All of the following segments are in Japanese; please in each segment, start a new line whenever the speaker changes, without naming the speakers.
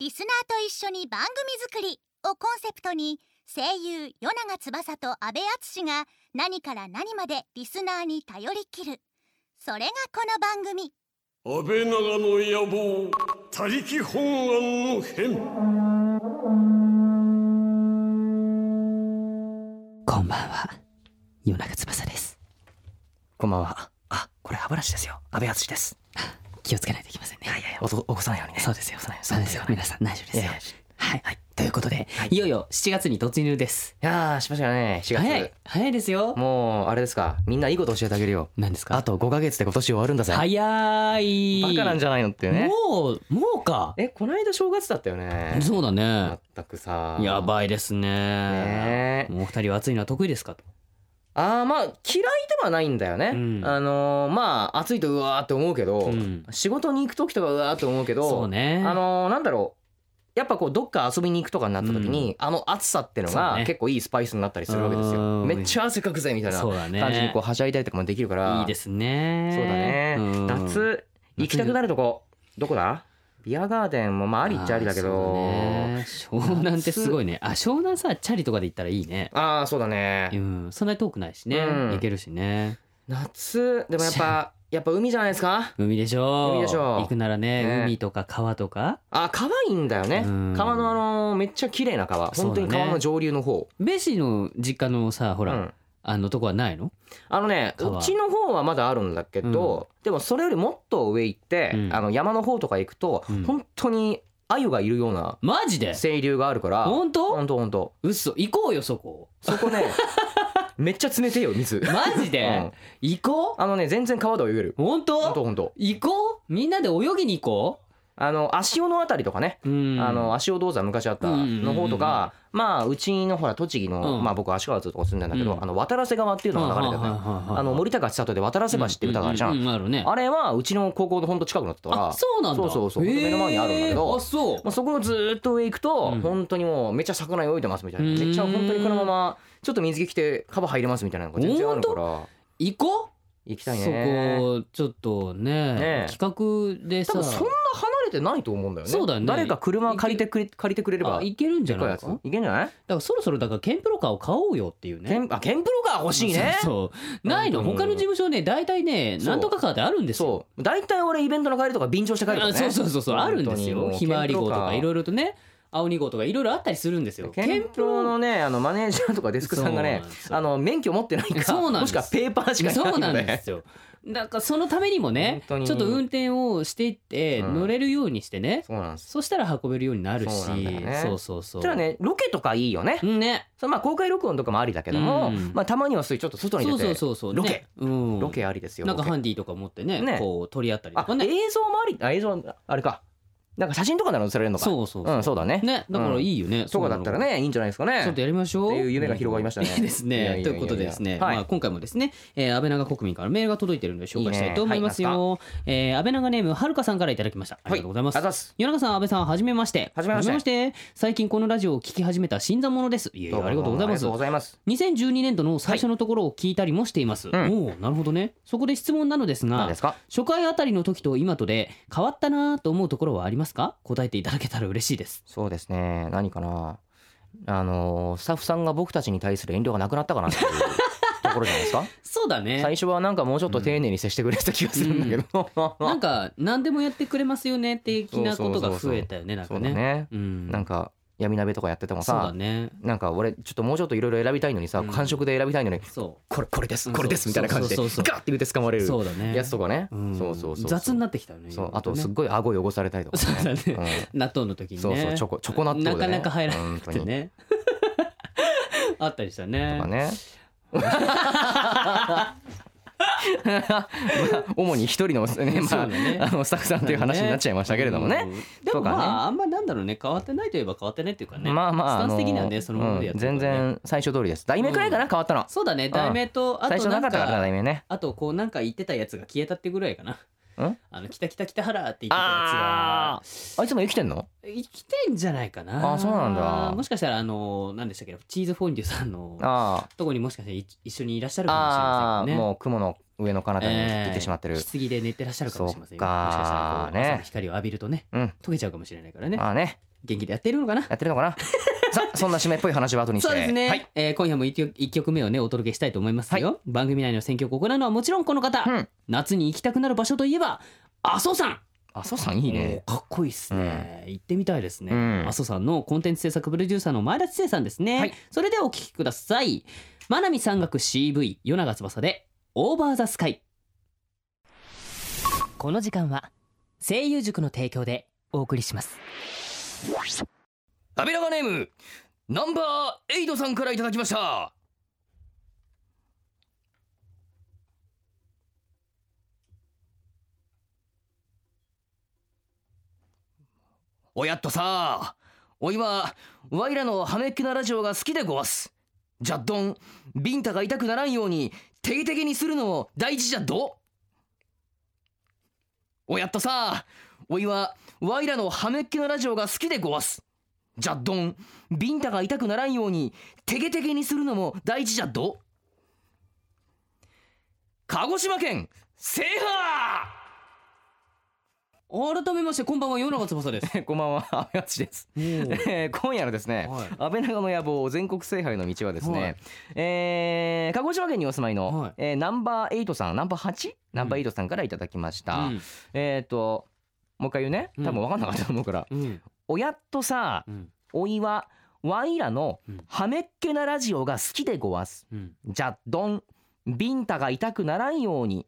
リスナーと一緒に番組作り」をコンセプトに声優与永翼と阿部淳が何から何までリスナーに頼りきるそれがこの番組
安倍長の野望他力本願の変
こんばんは。夜中翼です。
こんばんは。あ、これ歯ブラシですよ。安倍敦です。
気をつけないといけませんね。
いやいやいや、おと起こさないようにね。
そうですよ。
起こさないように。
そうですよ。
い
皆さん大丈夫ですよ
いやいや。
はい。ということで、い、よいよ7月に突入です。
やー、しましたね。4月。
早い。早いですよ。
もう、あれですか。みんないいこと教えてあげるよ。
何ですか
あと5ヶ月で今年終わるんだぜ。い。
早い。
バカなんじゃないのっていうね。
もう、もうか。
え、この間正月だったよね。
そうだ
ま
ね
っ。たくさ。
や
い。
ばいですね。
ねえ。
もうお二人は暑いのは得意ですかと。
あー、まあ、嫌いではないんだよね。
うん
あのー、まあ、暑いとうわーって思うけど、
うん
仕事に行く時とかうわーって思うけど、
そうね。
あのーなんだろうやっぱこうどっか遊びに行くとかになった時に、あの暑さっての
そう
が
ね
結構いいスパイスになったりするわけです
う
よ。
ん
めっちゃ汗かくぜみたいな
そうだね。
感じにこうはしゃいだりとかもできるから
いいですね。
そうだね、
うん
夏行きたくなるとこどこだビアガーデンもまあありっちゃありだけど
あーそうだね湘南ってすごいねあ湘南さチャリとかで行ったらいいね
ああそうだ
う
ね
んそんなに遠くないしね、
うん
行けるしね
夏でもやっぱやっぱ海じゃないですか
海でしょう
海でしょう
行くならね
ね
海とか川とか
あー川いいんだよね
うん
川のあのーめっちゃ綺麗な川本当
そう
に
だね
川の上流の方
ベシの実家のさほら、
うん
あのとこはないの
あのね
川
うちの方はまだあるんだけど、でもそれよりもっと上行って、
うん
あの山の方とか行くと、
うん
本当に鮎がいるような
マジで
清流があるから
本当
本当本当
嘘行こうよそこ
そ こねめっちゃ冷てえよ水
マジで、
うん
行こう
あのね全然川で泳げる
本
本
当
当本当
行こうみんなで泳ぎに行こ
あの足尾のあたりとかね、
う、うん、
あの足尾銅山昔あったの方とか、まあうちのほら栃木の、
うん
まあ僕足川ずっと住んでんだけ
う
ど、
ん
あの渡良瀬川っていうのが流れてるね、あ
あ
の森高千里で渡良瀬橋って歌があるじゃん,、
うううあるね
あれはうちの高校のほんと近くなってたから
あそうなんだ
そうそうそう
へー
目の前にあるんだけど
あそう
もうそこをずーっと上行くと、
うん
本当にもうめっちゃ魚泳いでますみたいな
うーん
めっちゃ本当にこのままちょっと水着着てカバ入れますみたいなのが全然あるから
行こ
行き
う
たい
そ
ね
こちょっとね
ねえ
企画で
多
さ
分そんな離れてないと思うんだよね
そうだよね
誰か車借りてくれ借りてくれれば
あ行けるんじゃ
こういう
ない
や
か
つ
だか
いけんじゃない
らそろそろだからケンプロカーを買おうよっていう
ケ
ね
ンあケンプロカー欲しいね
そうそうないの
本当に
他の事務所ね大体ね
そう
なんとかカーってあるんですよ
そう大体俺イベントの帰りとか便乗して帰るから
あ
ね
そうそうそうそうあるんです
本当にも
よ
う
ひまわり号と
ケンプロカ
か
ー
いろいろとね青鬼号とかいろいろあったりするんですよ
ケンプロのねあのマネージャーとかデスクさんが
そう
ね
なんですよ
あの免許持ってないか
そうなん
も
で
し
す
くはペーパーしか
そう
いな
ないん
ので
ですよだからそのためにもねちょ
本当
っ
に
と運転をしていって
うん
乗れるようにしてね
そうなんです
そしたら運べるようになるし
そうなんだよね
そうそうそう
ただねロケとかいいよね、
うんね
そのまあ公開録音とかもありだけども、
うん
まあたまにはそういうちょっと外に出
そう
て
そうそうそう
ロケ
ねうん
ロケありですよ
なんか
ロケ
ハンディとか持ってね
ね
こう取り合ったりと
あ
かね
映像もありあ映像あれかなんか写真とかなら載せられるのか
そうそうそ
んそうだね
ねだからいいよね
とかだったらねいいんじゃないですかね
ちょっとやりましょう
っていう夢が広がりましたね
いいです
いやい
ね
やいやい
と
や
いうことでですね
はい
まあ今回もですねえー安倍長国民からメールが届いてるので紹介したいと思います
いいね
よえー安倍長ネームはるかさんからいただきましたありがとうございます
ありがとうございます
夜中さん安倍さんはじめまして
はじめまして
は最近このラジオを聞き始めた新参者ですいえいえ
ども
ありがとうござい
あり
ま
が
す
とうございます
2012年度の最初のところを聞いたりもしています、
はいうん
おおなるほどねそこで質問なのです
何
が
ですか
初回あたりの時と今とで変わったなぁと思うところはありますか答えていただけたら嬉しいです
そうですね何かなあのースタッフさんが僕たちに対する遠慮がなくなったかなっていうところじゃない ですか
そうだね
最初はなんかもうちょっと丁寧に接してくれてた気がするんだけど、
なんか何でもやってくれますよね的なことが増えたよねなん
そ
か
うだ
ね
ね
うん
なんか闇鍋とかやってても
そう
さ
だね
なんか俺ちょっともうちょっといろいろ選びたいのにさ、
うん
感触で選びたいのに
そ
これこれです
うん
これですみたいな感じで
そ
ガ
うそうそうそう
ッて言って掴まれ
う
る
そうだね
やつとかね
うん
そうそうそう
雑になってきたよね
そ
色
う
々
あとすっ
ね
ごい顎汚されたりとか
そうだね
うん
納豆の時にね
そうそうチョコチョコ納豆でね
なかなか入らな
本
く
当
て
に
ね あったりした
と
ね
かね まあ主に一人の,、ね
そう
ま
だ
あ
ね
あのスタッフさん っていう話になっちゃいましたけれども
う
ね。
んでも
とかね
まああんまなんだろうね変わってないといえば変わってないっていうかね
まあまあ、
スタンス的には
あ
ねそのままでやって
うん
るから
全
ね
然最初通りです題名くらいかな、変わったの
そうだね
ん
題名とあ
最
と
初
な
なんかったからな
か
題名ね
あとこうなんか言ってたやつが消えたってぐらいかな
うん
あの「きたきたきたはら」って言ってたや
あーあいつも生きてんの
つが生きてんじゃないかな
あそうなんだ
もしかしたらあの何でしたっけチーズフォンデュさんの
あ
とこにもしかしてい一緒にいらっしゃ
ー
るかもしれ
あ
ませんよ
ー
ね
もう雲の上の彼方に
え
行ってしまってる、
ー、棺で寝てらっしゃるかもしれませんよ
そっかー
もしかしたらこう
ね
朝の光を浴びるとね
うん
溶けちゃうかもしれないからね
まあね
元気でやっているのかな
やってる のかなさあそんな締めっぽい話は後にして
そうですね、
はい、
えー今夜も一曲一曲目をねお届けしたいと思いますよ、番組内の選曲を行うのはもちろんこの方、
うん
夏に行きたくなる場所といえば阿蘇山
あそうさんいいね
おーかっこいいっすね、行ってみたいですね、
うん
阿蘇さんのコンテンツ制作プロデューサーの前田知世さんですね、
はい
それではお聞きください真波山岳 CV 与永翼でオーバーザスカイこの時間は声優塾の提供でお送りします
アベラガネームナンバーエイドさんからいただきましたおやっとさおいはわいらのハメっ気なラジオが好きでごわすじゃっどんビンタが痛くならんように定的にするのも大事じゃっどおやっとさおいはわいらのハメっ気なラジオが好きでごわすじゃっどんビンタが痛くならんようにてげてげにするのも大事じゃっど鹿児島県制
改めましてこんばんは与永翼です
覇 こんばんは阿部淳です、 えー今夜のですね、
はい
安倍長の野望全国制覇への道はですね、
はい
えー鹿児島県にお住まいの、
はい
えーナンバーエイトさんナンバー 8? ナンバーエイトさんからいただきました、
うん
えっ、ともう一回言うね
うん
多分分かんなかったと思うから、
うん
親とさ
うん
おいはわいらの
うん
ハメっ気なラジオが好きでごわす
うん
じゃっどんビンタが痛くならんように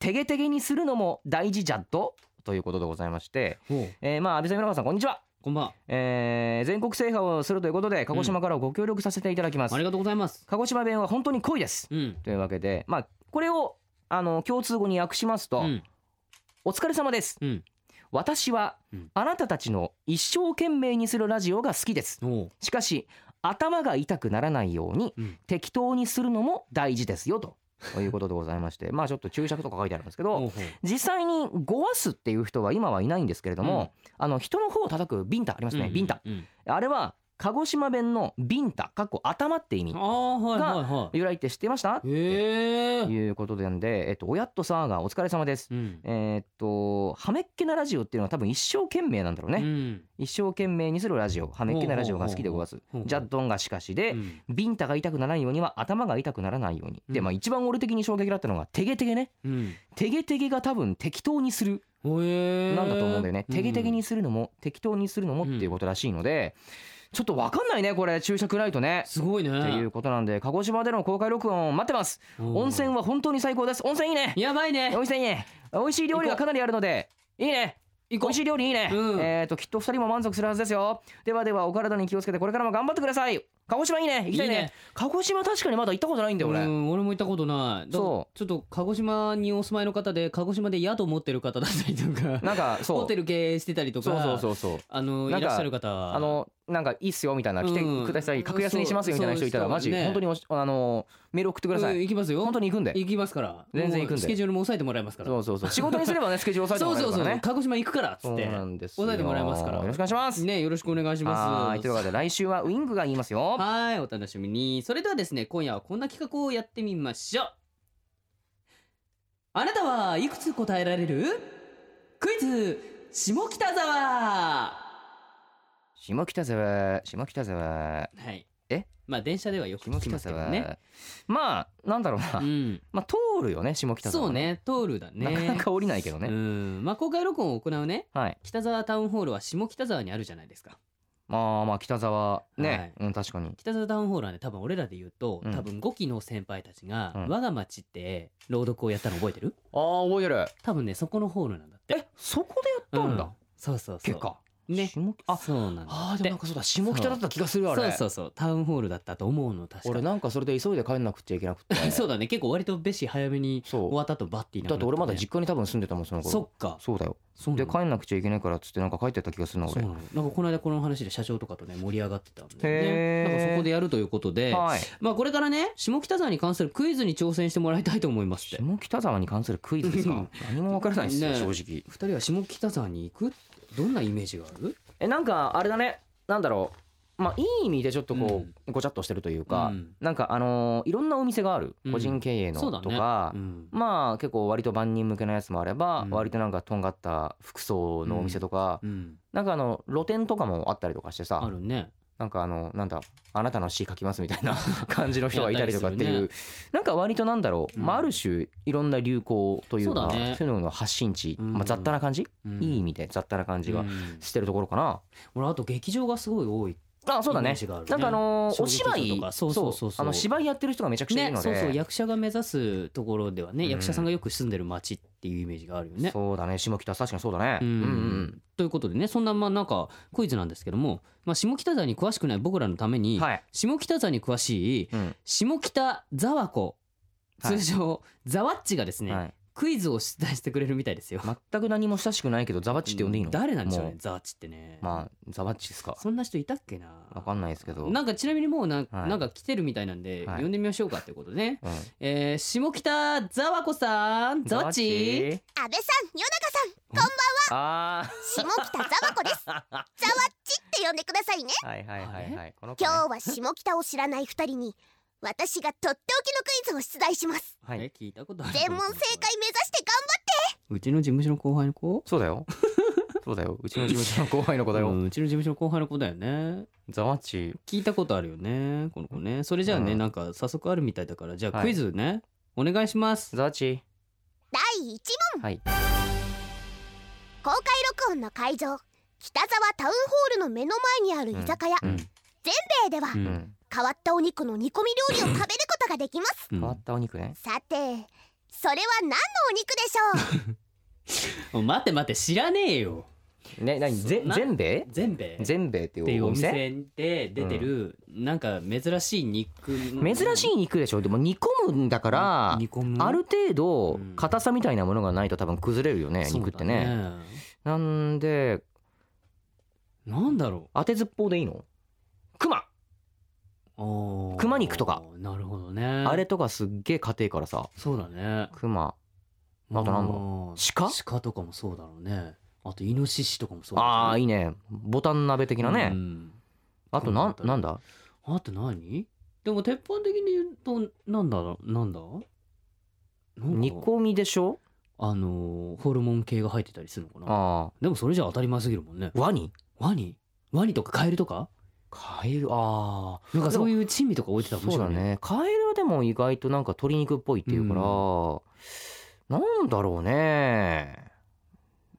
てげてげにするのも大事じゃっどということでございまして、
おう
えー、まあ安倍さん村川さんこんにちは、
こんばんは
えー、全国制覇をするということで鹿児島からご協力させていただきます、
ありがとうございます
鹿児島弁は本当に濃いです
うん
というわけでまあこれをあの共通語に訳しますと、
うん
お疲れ様です
うん
私は
うん
あなたたちの一生懸命にするラジオが好きです
おう
しかし頭が痛くならないように
うん
適当にするのも大事ですよということでございましてまあちょっと注釈とか書いてあるんですけ
お
ど
うほう
実際に「ごわす」っていう人は今はいないんですけれども、あの人の方を叩くビンタありますね、ビンタ
うん
あれは鹿児島弁のビンタかっこ頭って意味
ああはいはいはい
由来って知ってました
へえ
ということでなんで「えっと、おやっとさ」が「お疲れ様です」
うん
えーっとハメっ気なラジオっていうのは多分一生懸命なんだろうね、
うん
一生懸命にするラジオハメっ気なラジオが好きでございま
ほ
す
うほうほうほう
ジャッドンがしかしで、
うん
ビンタが痛くならないようには頭が痛くならないように、で
うん
まあ一番俺的に衝撃だったのがテゲテゲね
うん
テゲテゲが多分適当にする
ほえー
なんだと思うんだよね、テゲテゲ
う
に
ん
するのも適当にするのもっ
うん
ていうことらしいので、ちょっとわかんないねこれ注釈ないとね
すごいね
っていうことなんで鹿児島での公開録音待ってます温泉は本当に最高です温泉いいね
やばいね
美味しいね美味しい料理がかなりあるのでいいね
行
美
こう
味しい料理いいね、
うん
えっ、ときっと二人も満足するはずですよではではお体に気をつけてこれからも頑張ってください鹿児島いいね行きたいね
いいね
鹿児島確かにまだ行ったことないんだよ俺、
うん俺も行ったことないだから
そう
ちょっと鹿児島にお住まいの方で鹿児島で宿持ってる方だったりとか
なんかそう
ホテル経営してたりとか
そうそうそううそう
あのい
なんから
っしゃる方
あのなんかいいっすよみたいな来て
うん
ください、格安にしますよみたいな人いたら
そう
マジ、
そういう人
本当におしあのメール送ってください、
うん行きますよ
本当に行くんで
行きますから
全然行
も
くんで
うスケジュールも抑えてもらえますから
そうそうそう仕事に すればねスケジュール押さえ
そう
てもらえ
そう
るか
そう
らね
鹿児島行くからっつ
そ
っ
う
て
なんですよ
抑えてもらえますから
よろしくお願いします
ねよろしくお願いし
は
ま
ーい
す
というわけで来週はウイングが言いますよ
はいお楽しみにそれではですね今夜はこんな企画をやってみましょうあなたはいくつ答えられるクイズ下北沢は
下北沢下北沢
い
え
まあ電車ではよく
下
聞きま
北
すけど
沢
ね
まあなんだろう
う
な、
ん
まあ通るよね下北沢
そうね通るだね
なかなか降りないけどね、
うんまあ公開録音を行うね
はい
北沢タウンホールは下北沢にあるじゃないですか
まあまあ北沢ね、うん確かに
北沢タウンホールはね多分俺らで言うと、
うん
多分5期の先輩たちが、
うん
我が町って朗読をやったの覚えてる
ああ覚えてる
多分ねそこのホールなんだって
えそこでやったんだ、
うそうそうそう
結果
ね
下北
あ
あ
そうなんだ
あ
っ
ーで
て
もなんかそうだ下北だった気がするあれ
そうそうそうタウンホールだったと思うの確か
俺なんかそれで急いで帰んなくちゃいけなくて
そうだね結構割とべし早めに終
そ
わったとバッていうな
だって俺まだ
実
実家に多分住んでたもんその
家
頃
そっか
そうだよ
そうな
で
の
帰んなくちゃいけないからっつってなんか帰ってった気がするな
そう
俺
なのなんかこの間この話で社長とかとね盛り上がってたんでね
へー
なんかそこでやるということで
はい
まあこれからね下北沢に関するクイズに挑戦してもらいたいと思いますって
下北沢に関するクイズです
う
か
ん
何もわからないですよ
ね
正直
二人は下北沢に行くどんなイメージがある
えなんかあれだねなんだろうまあいい意味でちょっとこうごちゃっとしてるというか、
うん
なんかあのーいろんなお店がある、
うん
個人経営の
そうだ
と
ね
か、
うん
まあ結構割と万人向けのやつもあれば、
うん
割となんかとんがった服装のお店とか、
うん、
なんかあの露店とかもあったりとかして
あ
さ
るね
なんかあのなんだあなたの詩書きますみたいな 感じの人がいたりとかって
やっ
い
た
う、
り
なんか割となんだろう、
うん
まあ、ある種いろんな流行というか
そうだね
そういうのの発信地、
うん
まあ、雑多な感じ、
うん
いい意味で雑多な感じ
う
が
ん
してるところかな。
俺あと劇場がすごい多い
あそうだ
イメ
ね
ージがあるね
なんかあのーお芝
小劇場と
居
かそうそうそうそう
あの芝居やってる人がめちゃくちゃい
ね
るので、
そうそう役者が目指すところではね、
うん
役者さんがよく住んでる街っていうイメージがあるよね。
そうだね下北確かにそうだね、
う
うん
ん
うんうん
ということでねそんなまあなんかクイズなんですけども、まあ、下北沢に詳しくない僕らのために、
はい、
下北沢に詳しい
うん
下北沢子
はい
通称ざわっちがですね、
はい、
クイズを出題してくれるみたいですよ。
全く何も親しくないけどザワッチって呼んでいいの、
う誰なんでしょう
も
ねざわっちってね。
まあザワッチですか
そんな人いたっけな
わかんないですけど
なんかちなみにもうなん,、
はい
なんか来てるみたいなんで、
はい
呼んでみましょうかってことでね、
うん
えー下北沢子さんざわっち
安倍さん与
あ
永さん下北沢子です ざわっちって呼んでくださいね
あはいはいはいはいこの子ね
今日は下北を知らない二人に私がとっておきのクイズを出題します
はい
え聞いたことある
全問正解目指して頑
うちの事務所の後輩の子
そう だよそうだようちの事務所の後輩の子だ
う
よ
んうちの事務所の後輩の子だよね
ザワッチ
聞いたことあるよねこの子ねそれじゃあね、
うん
なんか早速あるみたいだからじゃ
は
あ
い
クイズね、お願いします
ザワッチ
張って第一問
はい
公開録音の会場北沢タウンホールの目の前にある居酒屋、
うん
米では、
うん
うん
変わったお肉の煮込み料理を食べることができます
う
変
ん
わったお肉ね
さてそれは何のお肉でし ょう
お待って待って知らねえよ
ね何ぜ
な
全米
全米っ
全米って
て
い
いう
うお
お
店
店で出てる、なんか珍しい肉
珍しい肉でしょでも煮込むんだから
煮込む
ある程度
うん
硬さみたいなものがないと多分崩れるよね
そうだ
肉ってねなんで
なんだろ
当てずっぽうでいいのクマ
うあー
熊肉とか
なるほどね
あれとかすっげえ硬いからさ
そうだね
クマあとなんだ
ろ
鹿
鹿とかもそうだろうねあとイノシシとかもそうだ
あーい
い
いねボタン鍋的なねあとなん
そう
な
なんん
だ
あと何でも鉄板的に言うとなんだろうなんだなんか
煮込みでしょ
あのーホルモン系が入ってたりするのかな
あ
でもそれじゃ当たり前すぎるもんね
ーワニ
ワニワニとかカエルとか
カエルああ
なんかそういう珍味とか置いてたら面
そう
白
だ
いね
ねカエルはでも意外となんか鶏肉っぽいっていうから、なんだろうね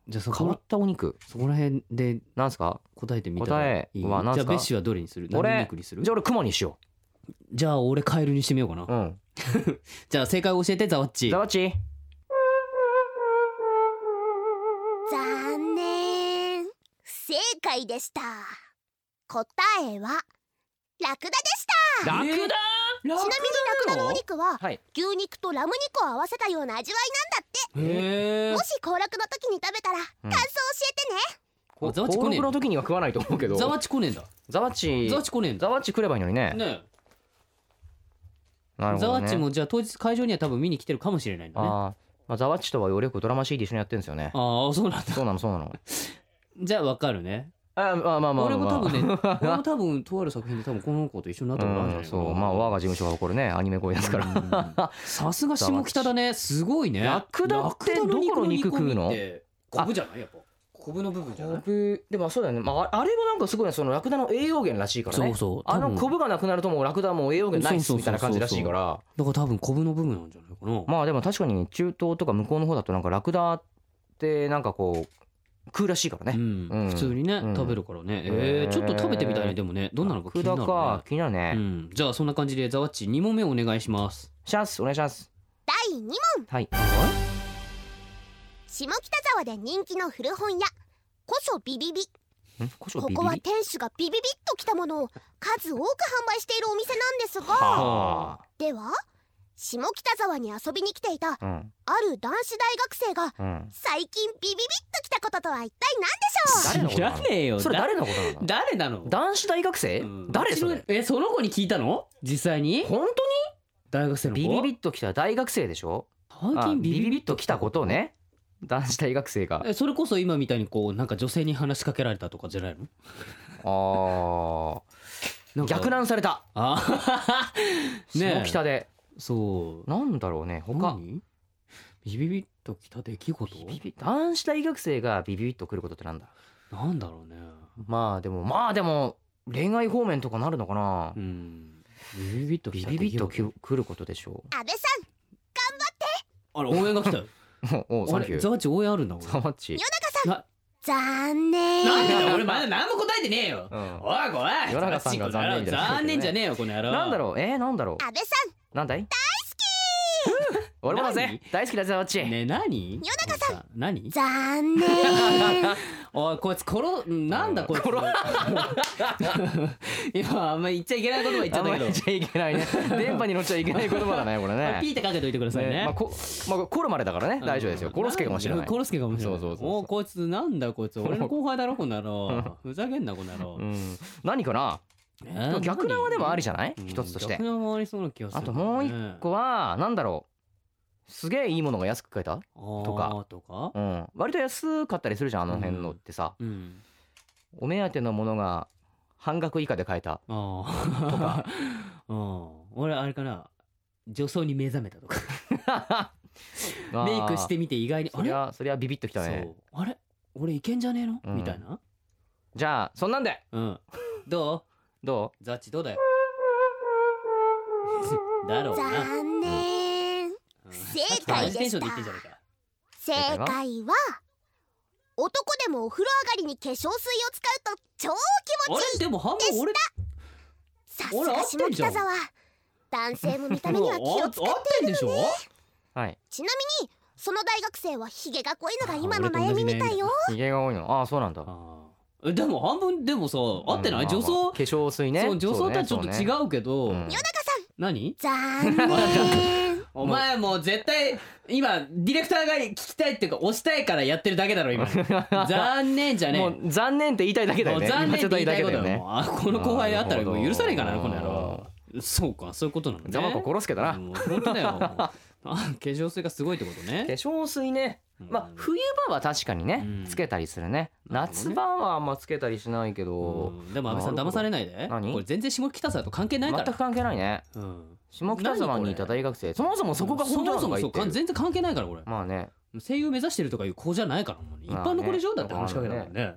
じゃあそ
変わ
こ
ったお肉
そこら辺で
なんすか
答えてみたらいい
答えは何
じ
す
ゃあ
か
ベッシュはどれにする
俺
何肉にする
じゃあ俺クマにしよ
じゃあ俺カエルにしてみようかな
ううん
じゃあ正解を教えてザワッチ
ザワチ
残念不正解でした答えはラクダでした
ラ
ちな
ラ
クダ、
みにラクダのお肉は
はい
牛肉とラム肉を合わせたような味わいなんだって
へえ
もし行楽の時に食べたら
うん
感想を教えてね、
こ
ザワチ来
登
ねえ
録の時には食わないと思うけど
ザワッチ来ねえんだ
ザワチ
ザワッチ来ねえんだ
ザワチ来ればいいのにね
ね
なるほ
ザ
ど
ワ
ね
ッチもじゃあ当日会場には多分見に来てるかもしれないんだねあ
あー、まあ、ザワチとは俺よくドラマ CD 一緒にやってるんですよね
あーそうなんだ
そうなのそう なの
じゃあわかるね
あまあまあまあまあ
俺も多分ね俺も多分とある作品で多分この子と一緒になったことあるんじゃなん
う
いか
そ
な
うまあ我が事務所が誇るねアニメ声ですから
らさすが下北だねすごいね
ラクダってどこの肉食う
ラ
の
クダの煮込みってコブじゃないやっぱコブの部分じゃない
ブでもそうだよね、まあ、ああれもなんかすごいねそのラクダの栄養源らしいからね
そうそう
あ
多
の
分
コブがなくなるともうラクダも栄養源ないっすみたいな感じらしいから
だから多分コブの部分なんじゃないかな
まあでも確かに中東とか向こうの方だとなんかラクダってなんかこう食うらしいから
う
ね、
ん
うん
普通にね、
うん
食べるからね、
へー
えー、ちょっと食べてみたいねでもねどんなのか気にな
ラ
る
ク
ね
ダか気になるね、
うん、じゃあそんな感じでザワッチ2問目お願いします
シャスお願いします
第2問
はい
下北沢で人気の古本屋こそビビビ
んこしょう
こ
ビビ
こは
リ
店主がビビビッときたものを数多く販売しているお店なんですが
は
では下北沢に遊びに来ていたあ
あうん
る男子大学生が
うん
最近ビビビッときたこととは一体何
誰のこと
知らねえよ
それ誰のことなの
誰なの
男子大学生、
うん
誰そうれ
ちのえその子に聞いたの実際に
本
大学生
当
の
に
子
ビビビッと来た大学生でしょ
最近ビビビ
ッと来たことをね男子大学生が
えそれこそ今みたいにこうなんか女性に話しかけられたとかじゃないの
あ
な
あ
んか
逆乱された
あね
下北で
そう
なんだろうね他
何ビビビッときた出来事
ビビビ男子大学生がビビビッと来ることってなんだ
なんだろうね
まあでもまあでも恋愛方面とかなるのかな
うんビビビッとき
ビ
た
ビビッと
出来事
来ることでしょ
安倍さん
あれ応援が来たよ
う おおサ
あ
ンキュ
れ
ー
ザワッチ応援あるんだ俺
サマッチ
な
残念
なんでだよ俺まだ何も答えてねえよ
うん
おいこい
夜中さんが残念みたいな
残念じゃねえよこの野郎
なんだろうえー、なんだろ
安倍さん
うなんだい大好き俺もだぜ大好きだぜサマッチ、
ねえ何夜中さん何
残念
おいこいつ殺なんだこいつ 今あんま言っちゃいけない言葉言っちゃ
あ
っ
んま
たけ
り言
ど
っちゃいけな いね電波に乗っちゃいけない言葉だねこれ
これピー
ね
ってかけといてください
ね
ね
まあこまあコロまでだからね 大丈夫ですよコロスケかもしれない
コロスケかもしれない。
そうそうそうそう
おうこいつなんだよこいつ。 俺の後輩だろこの野郎。ふざけんなこの野郎
う。ん何かな
え
で
ー
も逆難はでもありじゃない
何
一つとし
う
て
ん逆難はありそうな気がする。
あともう一個はなんだろうすげえいいものが安く買えた
個
と
と
か
かとか。
うん割と安かったりするじゃんあの辺のってさ
うん。
お目当てのものが半額以下で買えた
ああ。とか。 うん。俺あれかな。女装に目覚めたとか。メイクしてみて意外に
そ
あ
り
れ。
ゃそりゃビビッときた
そ
ね
うあれ俺いけんじゃねえの
うん
みたいな。
じゃあそんなんで
うん。ど
ど
う？ザッ チどうだよ。だろうな。
残念
うん
正
ハ
解
イテ
で
ンシ
し
ョンで
た
言ってんじゃないか。
正
解は
解は男でもお風呂上がりに化粧水を使うと超
あれでも半分俺
さ
あら合っ
す
て
が下
んじゃん
北沢男性も見た目には気を使う
あ合って んでしょ
うはい
ちなみにその大学生はヒゲが濃いのが今の
あ俺と
悩
同
み
じ
みたいよ
ひげが多いのああそうなんだ
あーえでも半分でもさ合ってない
うんま
女
あまあ
装
化粧水ね
そう女装とはちょっと違
う
うけど、
ねうん
何
残 念
お前もう絶対今ディレクターが聞きたいっていうか押したいからやってるだけだろ 今残念じゃねえ
もう残念って言いたいだけだ
も
よ
う
ね
残念って言いたいこと
今ちょ
よ
っと言いたいだけだよね
もうあこの後輩あったらもう許さねえかな
なる
こ
ほ
の
ど
野郎そうかそういうことなのね
ザマココロスケだな
もう本当だよもう あ化粧水がすごいってこと
化
ね
粧水ねまあ
うん
冬場は確かにね、
うん
つけたりするね
なるほどね
夏場はあんまつけたりしないけど、
うんでも安倍さん騙されないで
何
これ全然下北沢と関係ないか
全
ら
く関係ないね
うん
下北沢にいた大学生そもそもそこが本当
そ
なの
もそ
か言
も
って
そう
る
全然関係ないからこれ
まあね、
声優目指してるとかいう子じゃないからもうね一
まあね
般の子でしょだって話しかけたからね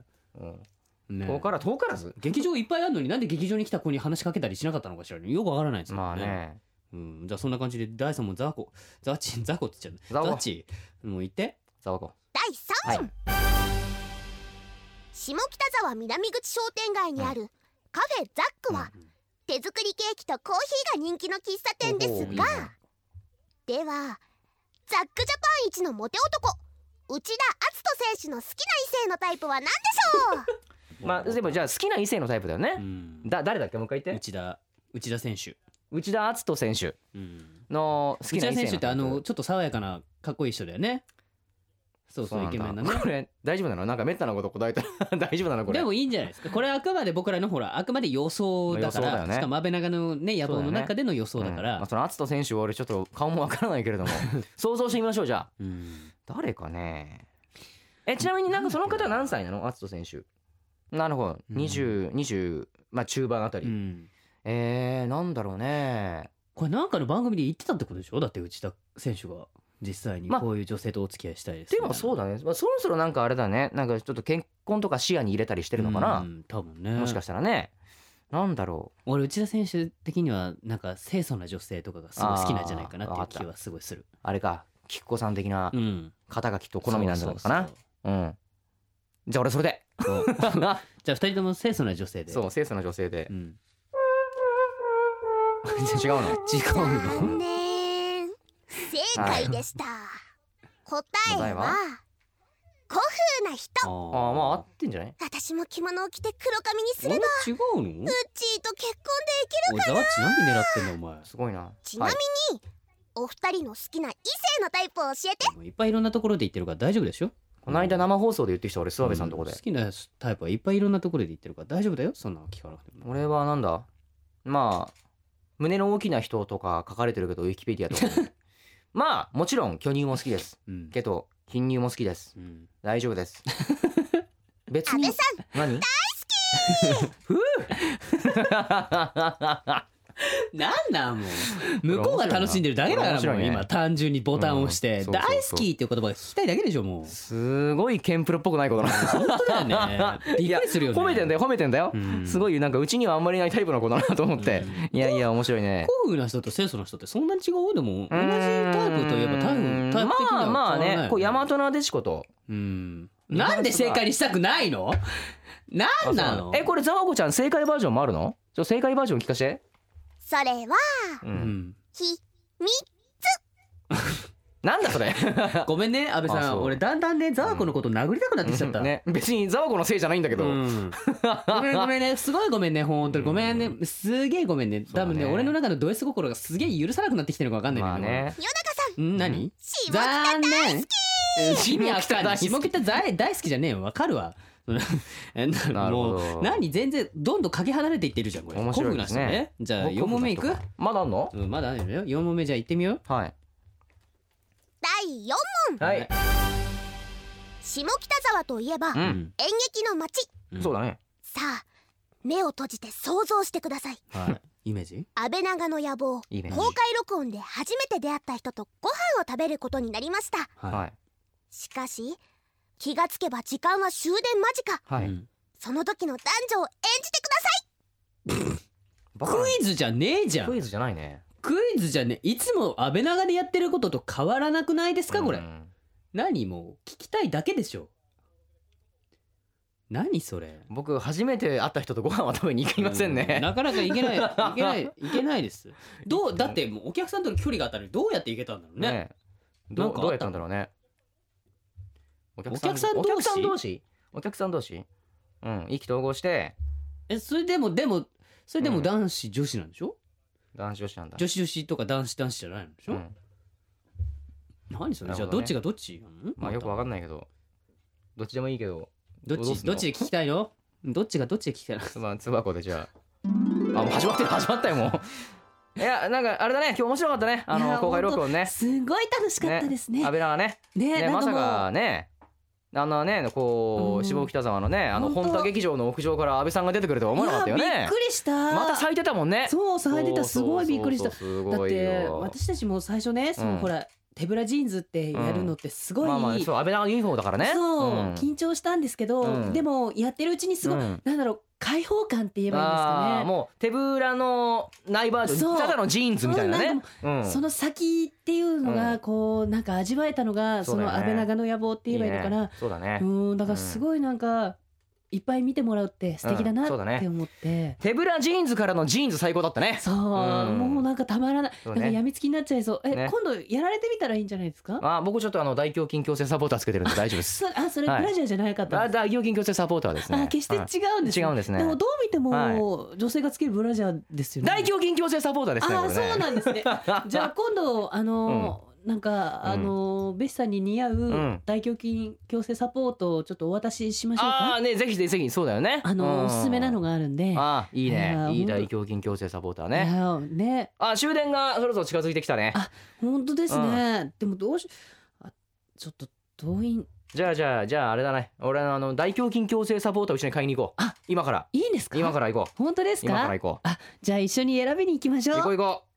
うん、
ね
遠から遠からず
劇場いっぱいあるのになんで劇場に来た子に話しかけたりしなかったのかしらよくわからないですよ
まあね
うん、じゃあそんな感じで第3問ザコザチザコって言っちゃう
ザコ
ザチもう言って
ザワコ
第3問、
はい
下北沢南口商店街にあるカフェザックは手作りケーキとコーヒーが人気の喫茶店です
おーいいね
がではザックジャパン一のモテ男内田篤人選手の好きな異性のタイプは何でしょう
まあでもじゃあ好きな異性のタイプだよ
う
ね、
ん
だ誰だっけもう一回言って
内田内田選手、
内田篤人選手
うん、
の好き
内
な
田
異性
選手ってあ
タイ
の
プ
ちょっと爽やかなかっこいい人だよねそうそうイケメンなね
これ大丈夫なのなんかめったなこと答えたら 大丈夫なのこれ
でもいいんじゃないですかこれあくまで僕らのほらあくまで予想だか
予想だ
ら
よね
しかも安倍長のね野望の中での予想だか
んまあ、
ら
その篤人選手は俺ちょっと顔もわからないけれど も想像してみましょうじゃあ
うん
誰かねえちなみになんかその方は何歳なの篤人選手なるほど
うん
2020、20まあ中盤あたり、
うん
えー、なんだろうね
これなんかの番組で言ってたってことでしょだって内田選手が実際に
まあ
こういう女性とお付き合いしたいです
でもそう
だ
だね、まあ、そろそろなんかあれだねなんかちょっと結婚とか視野に入れたりしてるのかな、
多分ね
もしかしたらねなんだろ
俺内田選手的にはなんか清楚な女性とかがすごい好きなんじゃないかなっていう気はすごいする
うあれか菊子さん的な
うん
方がきっと好みなんじゃないかな
そう
うんじゃあ俺それで
そうそうじゃあ二人とも清楚な女性で
そう清楚な女性で
う、ん
違うの
違う
残
の
念正解でした、答
答
え
え
は
は
古風な人
ああまあ合
あ
ってんじゃない
私も着物を着て黒髪にすれば
れ
ウッ
違うの
チーと結婚で
おいザワッチなんで狙ってんのお前
すごいな
ちなみに、お二人の好きな異性のタイプを教えて
もういっぱいいろんなところで言ってるから大丈夫でしょ
この間生放送で言ってきた俺諏訪部さんのとこで
う好、きなタイプはいっぱいいろんなところで言ってるから大丈夫だよそんなの聞かなくても
俺はなんだまあ胸の大きな人とか書かれてるけどウィキペディア とかにまあもちろん巨乳も好きです
うん
けど貧乳も好きです
うん
大丈夫です別
安
に
倍さん
何
なんなんもう向こうが楽しんでるだけだ から
これ
もう
面白いね
今単純にボタンを押して
うん
「
そうそう
大
そう
好き」っていう言葉が聞きたいだけでしょもう
すごいケンプロっぽくないことな
本当だよねびっくりするよね
いや褒めてんだよ褒めてんだよ、
うん
すごいなんかうちにはあんまりいないタイプの子だなと思って、いやいや面白いね
古風な人と清楚な人ってそんなに違うでも同
う
じ
ーん
タイプといえばタイプタイプ的には変わらないよね
まあまあねこう大和なでしこと
うんなんで正解にしたくない のなんなの
えこれざわこちゃん正解バージョンもあるのちょ正解バージョン聞かせて、
それは
う、
うんん
ひ
なんだそれ
ごめんね安倍
あ
さ
そ
ん
う
俺だんだんねザワコのこと殴りたくなってき ちゃった
ね別にざわこのせいじゃないんだけど、
うんごめんごめんねすごいごめんね本当にごめんねすげえごめんね多分ね
そうだね
俺の中のド S 心がすげえ許さなくなってきてるのか分かんない
まあ
んだけど
ね
ん何
しも
残念う ん
下
下
北
北
大好
大
き
好き大好きじゃねえよわかるわ え
なるほど
もう何全然どんどんかけ離れていってるじゃんこれ
面白いですね
古風な人じゃあ
僕
4問目いく
まだあんの
うんまだあるよ4問目じゃあ行ってみよ
はい
第四
う
はい、
下北沢といえば
う
演
ん、
劇の街
うん
そうだね
さあ目を閉じて想像してください
はいイメージ
安倍長の野望
いいね
公開録音で初めて出会った人とご飯を食べることになりました
はい
しかし気がつけば時間は終電間近
は
う
い
ん
その時の男女を演じてくださ
バカ
クイズじゃねえじゃ
クイ
ん
ズじゃないね
クイズじゃねえいつも安倍長でやってることと変わらなくないですかこれ
うん
何もう聞きたいだけでしょ何それ
僕初めて会った人とご飯は食べに行きません
う
ね
なかなかいけないいけない いけないですどうだってもうお客さんとの距離があったのにどうやっていけたんだろうねな
ど
ん
う
かあった
どうやったんだろうね
お
おお
客
客さ
さ
ん
ん
同
同
士お客さん同士うん意気投合して
えそれでもでもそれで
う
も
ん
男子女子なんでしょ
男子女子なんだ
女子女子とか男子男子じゃないんでしょ、
うん
何それ、
な
じゃ
る
あ
ほど
ど
ね
っちがどっちなの
まあよくわかんないけどどっちでもいいけど
どっ
どうす
ち
ん
ど
の
っちで聞きたいのどっちがどっちで聞きたいの
つばつばこでじゃああもう始まってる始まったよもう いやなんかあれだね今日面白かったねあ
い
の
や
公開録音ね
すごい楽しかったですね
安倍らがね
ね
ね
なん
ま
か
さ
もう、
かねあのねこ
う
うん志望北沢のねあの
本
本
当
田劇場の屋上から安倍さんが出てくるとは思わなかったよ
いやびっ
ね
くりした
また咲いてたもんね
そう咲いてたすごいびっくりした
そうそうそうす
だっ
ごい
て
よ
私たちも最初ねそうの
ん
ほら、手ぶらジーンズってやるのってすごい、
まあまあそう安倍長のユニフォームだからね
そう、
ん
緊張したんですけど、
うん
でもやってるうちにすごい、
うん
なんだろう開放感って言えばいいんです
あ
か
ー
ね。
もう手ぶらのないバージョ
そ
ン
う
ただのジーンズみたいな
うんなん
ね
か
うん
その先っていうの
うん
がこうなんか味わえたのが
そ
そう
だよ
の
ね
安倍長の野望って言えばいいのか
いい
な
ねそうだね
うんだからすごいなんかいっぱい見てもらうって素敵だ
う
なん
そうだね
って思って
手ぶらジーンズからのジーンズ最高だったね
そう
うん
もうなんかたまらない
そ
な
うんね
かやみつきになっちゃいそう
ね
え今度やられてみたらいいんじゃないですか
あ僕ちょっとあの大胸筋矯正サポーターつけてるんで大丈夫です
そあそれブ
はい
ラジャーじゃなかった
あ
んです
大胸筋矯正サポーターですね
あ決して
はい
違うんです
違
ね
うんですね
でもどう見て
はい
も女性がつけるブラジャーですよね
大胸筋矯正サポーターですね
あ
こ
あ
れ
そ
ね
うなん ですねじゃあ今度あのーなんかあのーベシさんに似合
ん
う大胸筋矯正サポートをちょっとお渡ししましょう
あ
か
あねぜひぜひぜひそうだよね
あの
うん
ーおすすめなのがあるんで
あーいい
いや
ね
ー
いい
ほんと
大胸筋矯正サポーター
い
ね
やね
あ終電がそろそろ近づいてきたね
あ本当ですねでもどうしあちょっと動員
じゃあじゃあじゃああれだね俺あの大胸筋矯正サポーターうちに買いに行こう
あ
今から
いいんですか
今から行こう
本当です
今か
から
行こ
あじゃあ一緒に選びに行きまし
う
ょ
行こ
う
う行こう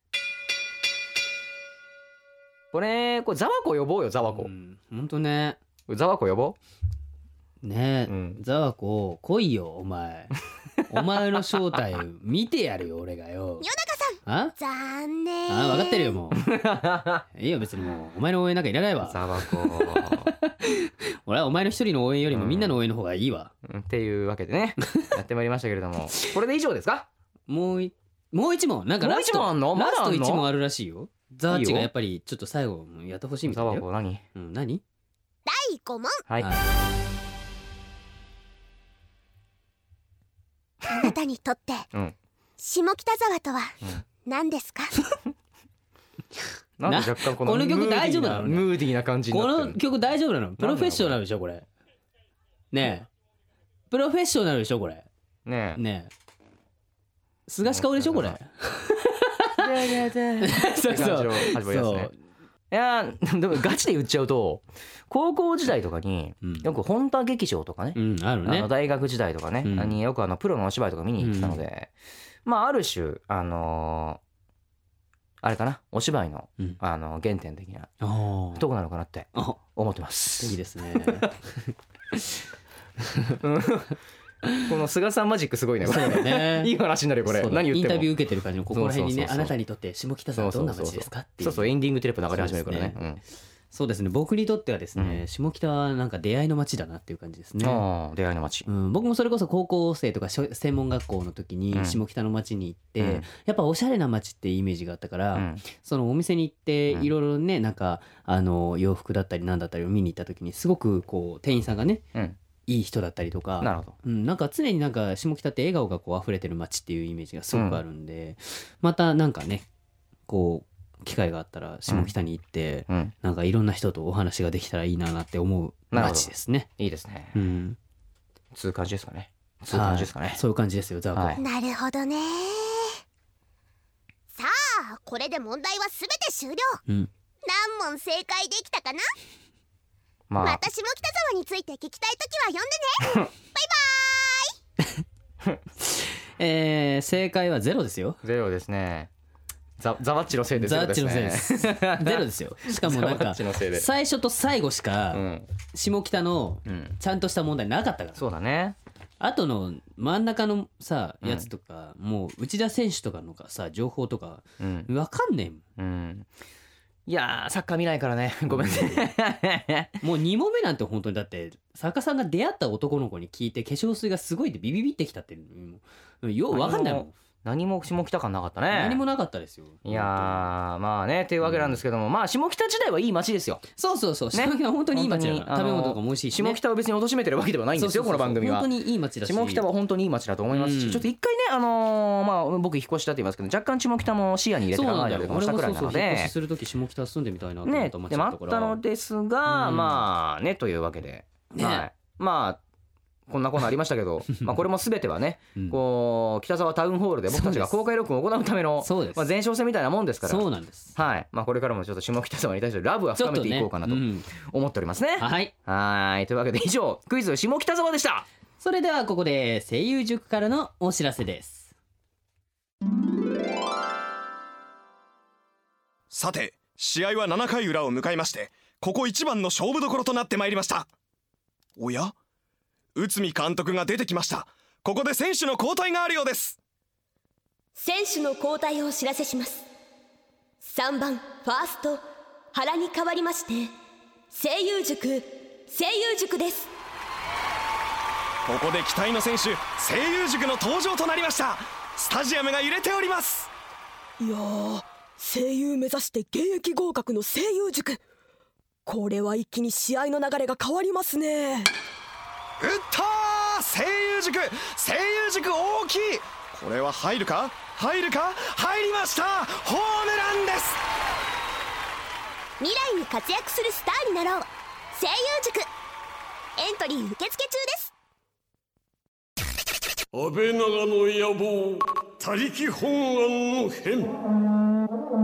これこれザワコ呼ぼうよザワコ
本当ね
ザワコ呼ぼ
ね
う うん
ザワコ来いよお前お前の正体見てやるよ俺が よ中さんあ
い残念
ああ分かってるよもういいよ別にもうお前の応援なんかいらないわ
ザワコ
俺はお前の一人の応援よりもみんなの応援の方がいいわ、
うんっていうわけ でねやってまいりましたけれどもこれで以上ですか
もういもう一問なんかラスト
もう一問あんのまだ
ラス
あん
ト
の
一問あるらしいよザーチ
いいよ
がやっぱりちょっと最後もやってほしいみた
ザ
いだ
ワ
よ、
コ何
うん、何
第五問
はい
はい
あなたにとって、
うん
下北沢とは何です か、
なんで若干この
この曲
ムーディー
大丈夫なの
ムーディーな感じに
こ
なって
の
る
曲大丈夫なのプロフェッショナルでしょこれねえプロフェッショナルでしょこれ
ねえ
ねえ菅氏香織でしょこれそう
って感じ
そ
の
う
始まりですね
そう
いやーでもガチで言っちゃうと高校時代とかに
うん
よく本田劇場とかね、
うんある
あ
ね
の大学時代とかね、
うん
によくあのプロのお芝居とか見に行ってたので、まあある種あのーあれかなお芝居の、
うん
あの原点的な
ああ
とこなのかなって
あ
思ってま
いい
す。
ですね
この菅さんマジックすごいね。こ
そうだ
れ
ね
いい話になるよこれ。
そうだ
何言
イン
って
タ
も
ビュー。受けてる感じのここら辺にね
そうそうそうそう
あなたにとって下北沢はどんな街ですかっていう
そうそうエンディングテレポ流れ始めるからね。うん
そうですね僕にとってはですね、
う
下北はなんか出会いの街だなっていう感じですね、
ああ出会いの街
う。ん、僕もそれこそ高校生とかしょ専門学校の時
う
に
ん
下北の街に行って、
うん
やっぱおしゃれな街ってイメージがあったから、
うん
そのお店に行って
うん
いろいろねなんかあの洋服だったりなんだったりを見に行った時にすごくこう店員さんがね、
うん
いい人だったりとか
なるほど。
うん、なんか常になんか下北って笑顔がこう溢れてる街っていうイメージがすごくあるんで、またなんかねこう機会があったら下北に行って、
うん
なんかいろんな人とお話ができたらいいななって思う
なるほど
街ですね。
いいですね。
うん、
つう感じですかね。つう感じですか
は
ね
い。そういう感じですよザワ君
はい
なるほどねさあこれで問題はすべて終了
うん
何問正解できたかな
まあ
また下北沢について聞きたいときは
えー正解はゼロですよ。
ゼロですね。ザザワッチのせいでゼ
ザッ
ロで
チ
す
の
ね。
せいです。ゼ ロですよ。しかもなん
ザワ
か
ッチのせいで
最初と最後し
う
か
ん
下北の
うん。
ちゃんとした問題なかったから。
そうだね。
あとの真ん中のさ
うん
やつとか、もう内田選手とかのがさ情報とか
うん。
わかんねえもん。
うん。いやー、サッカー見ないからね。ごめんね。
もう2問目なんて本当にだって作家さんが出会った男の子に聞いて化粧水がすごいってビビビってきたってもうようわかんないもん。
何も下北感なかったね。
何もなかったですよ。
いやー、まあね、というわけなんですけども、まあ、下北時代はいい街ですよ。
そうそうそう。
ね
下北は本当にいい街だから、
本当に
食べ物とかも美味しいし、ね。
下北を別に貶めてるわけではないんですよ、
そうそうそう
この番組は
本。当にいい街だし。
下北は本当にいい街だと思いますし、
うん
ちょっと一回ね、あのーまあ、僕引っ越したって言いますけど、若干下北も視野に入れ
そ
て
う
考
なん
え
だ
た
よ。
り
俺
とかもした
も
くら
そ
いうな
そう
の
引っ越し
で。
する時下北住んでみたいなと思っ
ね
た、街
でも
だ
あ
ったか
った
ら。
のですが、
うん
まあねというわけで、
ね
はい、まあこんなことありましたけ どまあこれも全てはね
うん
こう北沢タウンホールで僕たちが公開録音を行うための
そうです
まあ、前哨戦みたいなもんですから
そうなんです。
はいまあ、これからもちょっと下北沢に対してラブは深めていこうかなと
ちょっね
思っておりますね。
うんはい。
はーいというわけで以上クイズ下北沢でした
それではここで声優塾からのお知らせです。
さて試合は7回裏を迎えましてここ一番の勝負どころとなってまいりましたおや内海監督が出てきましたここで選手の交代があるようです
選手の交代をお知らせします3番ファースト原に代わりまして声優塾声優塾です
ここで期待の選手声優塾の登場となりましたスタジアムが揺れております
いやー声優目指して現役合格の声優塾これは一気に試合の流れが変わりますね
打ったー声優塾声優塾大きいこれは入るか入るか入りましたホームランです
未来に活躍するスターになろう声優塾エントリー受付中です
安倍長の野望他力本願の変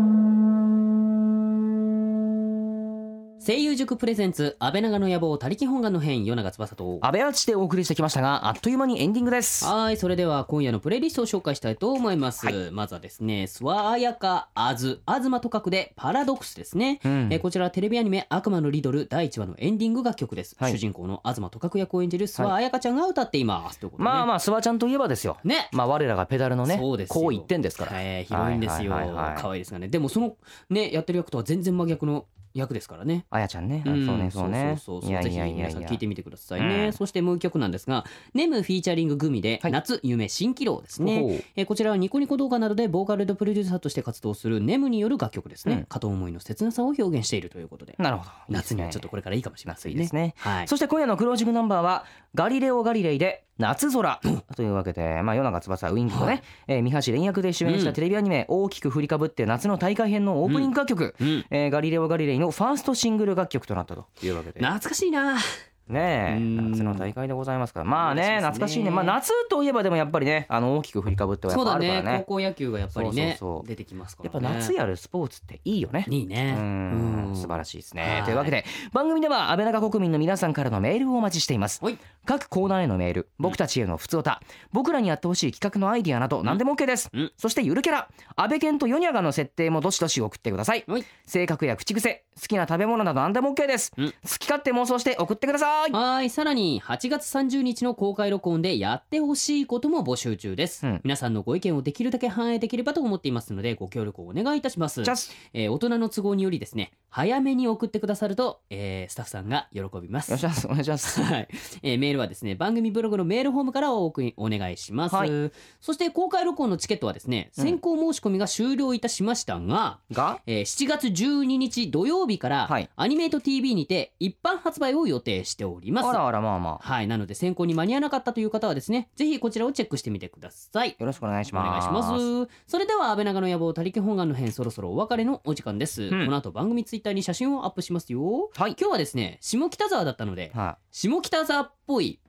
声優塾プレゼンツ安倍長の野望他力本願の編与永翼と。
安倍アーチでお送りしてきましたがあっという間にエンディングです
はいそれでは今夜のプレイリストを紹介したいと思います、まずはですね諏訪彩香あず東と書くでパラドックスですね、
うん
えーこちらはテレビアニメ悪魔のリドル第1話のエンディング楽曲です、
はい
主人公の東と書く役を演じる諏訪彩香ちゃんが歌っています、ということでね
まあまあ諏訪ちゃんといえばですよ
ね
まあ我らがペダルのね
そうですよ
こう一点ですから
はい、広いんですよ、
はいはいはい
可
はい
愛いですがねでもそのねやってる役とは全然真逆の役ですからね
あやちゃんね、
う
あ
ん
そうねそうね
そうそうそうぜひ皆さん聞いてみてくださいね、
うん
そしてもう一曲なんですがネムフィーチャリンググミで、
はい
夏夢蜃気楼です
ほう
ね、えーこちらはニコニコ動画などでボーカルとプロデューサーとして活動するネムによる楽曲ですね、
うん
片思いの切なさを表現しているということで
なるほどいいで
夏
すね
にはちょっとこれからいいかもしれませんね
いいですね
はい
そして今夜のクロージングナンバーは「ガリレオ・ガリレイ」で「夏空」というわけで、まあ、夜長翼ウインクとね、
はい
えー三橋連役で主演し
う
た
ん
テレビアニメ「大きく振りかぶって夏の大会編」のオープニング楽曲「
うん
えーガリレオ・ガリレイ」のファーストシングル楽曲となったというわけで
懐かしいな
ねえ
うん
夏の大会でございますからまあね
懐かしいですね
懐かしいねまあ夏といえばでもやっぱりねあの大きく振りかぶってはや
そ
っ
う
ぱ
だ
あるから
ね
ね
高校野球がやっぱりね
そうそうそう
出てきますか
や
ら
っ
ね
ぱ夏やるスポーツっていいよね
いいね
うん
うん
素晴らしいです
は
ね
い
というわけで番組では安倍中国民の皆さんからのメールをお待ちしています
はい
各コーナーへのメール僕たちへの普通歌僕らにやってほしい企画のアイディアなど何でも OK です
うん
そしてゆるキャラ安倍健とヨニャガの設定もどしどし送ってください
はい
性格や口癖好きな食べ物など何でも OK です
うん
好き勝手妄想して送ってください
はいさらに8月30日の公開録音でやってほしいことも募集中です、
うん
皆さんのご意見をできるだけ反映できればと思っていますのでご協力をお願いいたします
チャンス
えー大人の都合によりですね早めに送ってくださると、えースタッフさんが喜びます
よろしくお願いします
はい、えーメールはですね番組ブログのメールフォームからお送りお願いします、
はい
そして公開録音のチケットはですね先行申し込みが終了いたしましたが、
が
えー7月12日土曜日から、
はい
アニメイト TV にて一般発売を予定しております
あらあらまあまあ
はいなので先行に間に合わなかったという方はですねぜひこちらをチェックしてみてください
よろしくお願いし
お願
ま
い
す
しますそれでは安倍長の野望他力本願の編そろそろお別れのお時間です、
ん
この後番組ツイッターに写真をアップしますよ、
はい
今日はですね下北沢だったので、
は
下北沢っぽい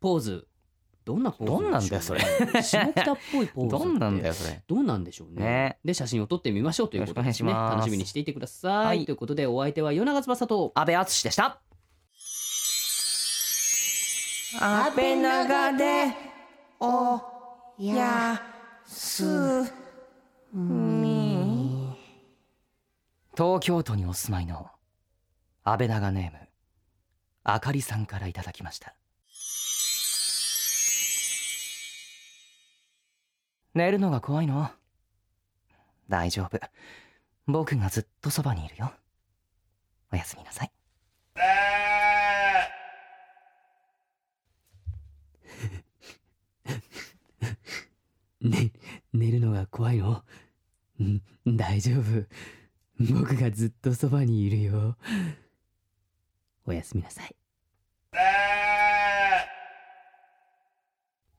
ポーズどんなポーズでしょうね 下北っぽいポー
い
ズって
どんなんだよそれ
どうなんでしょうね
ね
で写真を撮ってみましょうということですね
よろしくお願いします
楽しみにしていてください、
はい
ということでお相手は与永翼と
安倍敦でした
安倍長で
東京都にお住まいの安倍長ネームあかりさんからいただきました寝るのが怖いの大丈夫僕がずっとそばにいるよおやすみなさい
ね寝るのが怖いのうん大丈夫僕がずっとそばにいるよおやすみなさい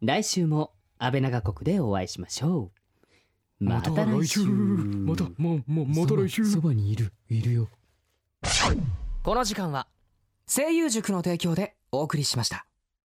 来週も安倍長国でお会いしましょうまた来週また
もうもう
そばにいるいるよ
この時間は声優塾の提供でお送りしました